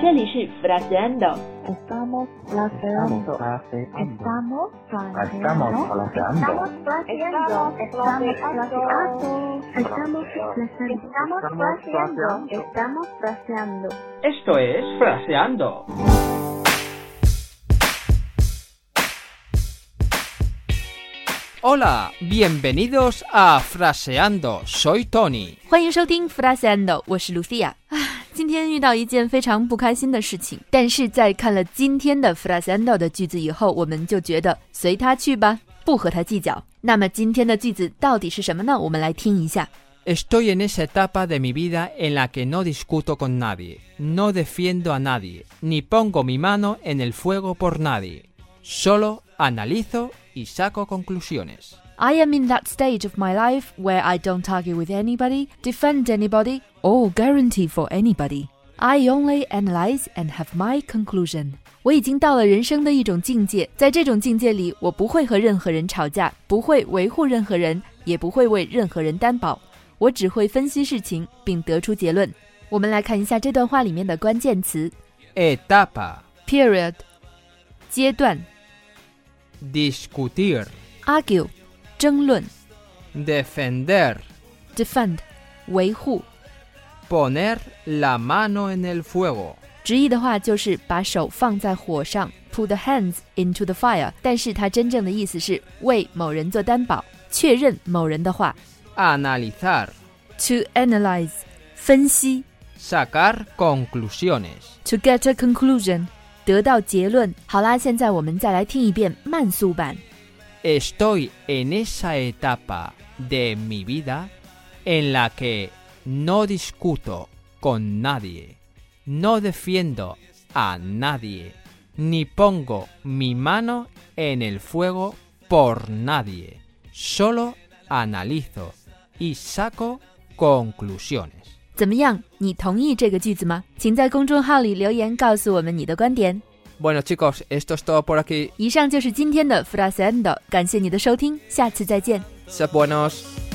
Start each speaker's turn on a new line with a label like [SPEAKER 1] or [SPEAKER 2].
[SPEAKER 1] 这里是 fraseando，
[SPEAKER 2] Estamos
[SPEAKER 3] Estamos
[SPEAKER 2] fraseando.
[SPEAKER 3] fraseando.
[SPEAKER 2] Estamos
[SPEAKER 3] Estamos
[SPEAKER 2] fraseando.
[SPEAKER 3] fraseando.
[SPEAKER 4] Estamos fraseando.
[SPEAKER 2] Estamos fraseando.
[SPEAKER 4] Estamos fraseando. Estamos fraseando.
[SPEAKER 5] Esto es Fraseando. Hola, bienvenidos a Fraseando. Soy Tony.
[SPEAKER 6] 欢迎收听 Fraseando，我是 Lucia。啊，今天遇到一件非常不开心的事情，但是在看了今天的 Fraseando 的句子以后，我们就觉得随他去吧，不和他计较。那么今天的句子到底是什么呢？我们来听一下。
[SPEAKER 5] Estoy en esa etapa de mi vida en la que no discuto con nadie, no defiendo a nadie, ni pongo mi mano en el fuego por nadie. Solo analizo y saco conclusiones.
[SPEAKER 6] I am in that stage of my life where I don't argue with anybody, defend anybody, or guarantee for anybody. I only analyze and have my conclusion. 我已经到了人生的一种境界，在这种境界里，我不会和任何人吵架，不会维护任何人，也不会为任何人担保。我只会分析事情并得出结论。我们来看一下这段话里面的关键词
[SPEAKER 5] Etapa.
[SPEAKER 6] period 阶段
[SPEAKER 5] Discutir.
[SPEAKER 6] argue 争论
[SPEAKER 5] Defender.
[SPEAKER 6] defend 维护
[SPEAKER 5] Poner la mano en el fuego.
[SPEAKER 6] 直译的话就是把手放在火上，put the hands into the fire。但是它真正的意思是为某人做担保，确认某人的话。
[SPEAKER 5] Analizar.
[SPEAKER 6] To analyze，分析
[SPEAKER 5] Sacar conclusiones.
[SPEAKER 6] ；to get a conclusion，得到结论。好啦，现在我们再来听一遍慢速版。
[SPEAKER 5] Estoy en esa etapa de mi vida en la que no discuto con nadie, no defiendo a nadie, ni pongo mi mano en el fuego por nadie. Solo analizo y saco conclusiones.
[SPEAKER 6] 怎么样？你同意这个句子吗？请在公众号里留言告诉我们你的观点。
[SPEAKER 5] Bueno chicos, esto es todo por aquí.
[SPEAKER 6] 以上就是今天的 Fraseando，感谢你的收听，下次再见。
[SPEAKER 5] Sed buenos.